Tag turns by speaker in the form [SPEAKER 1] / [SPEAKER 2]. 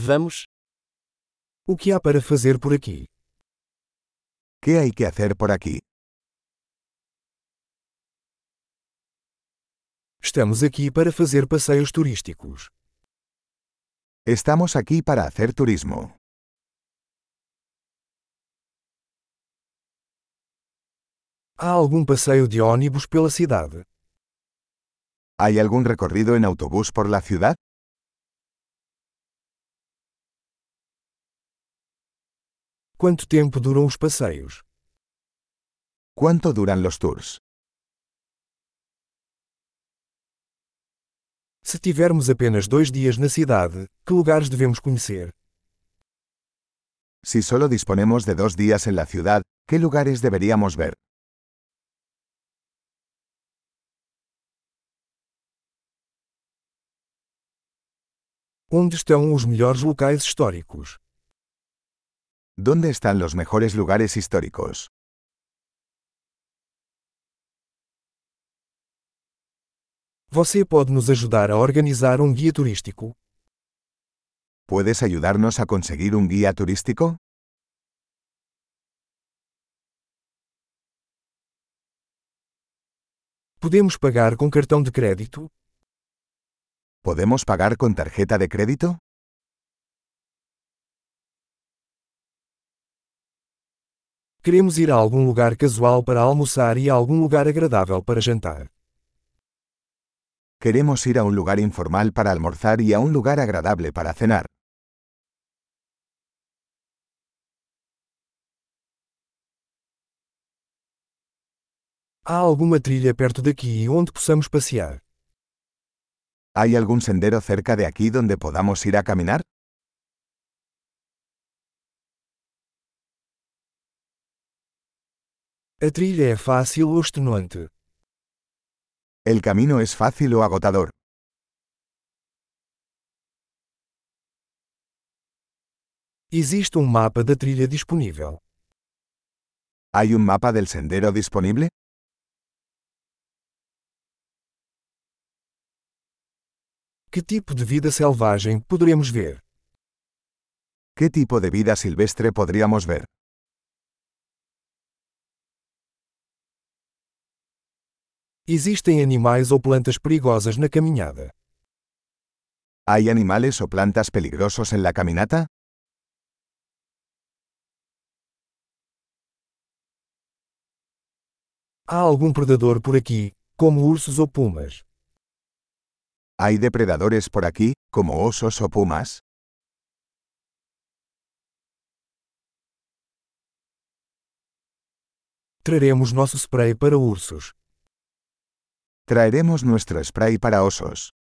[SPEAKER 1] Vamos. O que há para fazer por aqui?
[SPEAKER 2] ¿Qué hay que hacer por aquí?
[SPEAKER 1] Estamos aqui para fazer passeios turísticos.
[SPEAKER 2] Estamos aquí para hacer turismo.
[SPEAKER 1] Há algum passeio de ônibus pela cidade?
[SPEAKER 2] ¿Hay algún recorrido en autobús por la ciudad?
[SPEAKER 1] Quanto tempo duram os passeios?
[SPEAKER 2] ¿Cuánto duran los tours?
[SPEAKER 1] Se tivermos apenas dois dias na cidade, que lugares devemos conhecer?
[SPEAKER 2] Si solo disponemos de dos días en la ciudad, ¿qué lugares deberíamos ver?
[SPEAKER 1] Onde estão os melhores locais históricos?
[SPEAKER 2] ¿Dónde están los mejores lugares históricos?
[SPEAKER 1] Você pode nos ajudar a organizar um guia turístico?
[SPEAKER 2] ¿Puedes ayudarnos a conseguir un guía turístico?
[SPEAKER 1] Podemos pagar com cartão de crédito?
[SPEAKER 2] ¿Podemos pagar con tarjeta de crédito?
[SPEAKER 1] Queremos ir a algum lugar casual para almoçar e a algum lugar agradável para jantar.
[SPEAKER 2] Queremos ir a un lugar informal para almorzar y a un lugar agradable para cenar.
[SPEAKER 1] Há alguma trilha perto daqui onde possamos passear?
[SPEAKER 2] ¿Hay algún sendero cerca de aquí donde podamos ir a caminar?
[SPEAKER 1] A trilha é fácil ou extenuante?
[SPEAKER 2] ¿El camino es fácil o agotador?
[SPEAKER 1] Existe um mapa da trilha disponível.
[SPEAKER 2] ¿Hay un mapa del sendero disponible?
[SPEAKER 1] Que tipo de vida selvagem poderemos ver?
[SPEAKER 2] ¿Qué tipo de vida silvestre podríamos ver?
[SPEAKER 1] Existem animais ou plantas perigosas na caminhada.
[SPEAKER 2] ¿Hay animales o plantas peligrosos en la caminata?
[SPEAKER 1] Há algum predador por aqui, como ursos ou pumas?
[SPEAKER 2] ¿Hay depredadores por aquí, como osos o pumas?
[SPEAKER 1] Traremos nosso spray para ursos.
[SPEAKER 2] Traeremos nuestro spray para osos.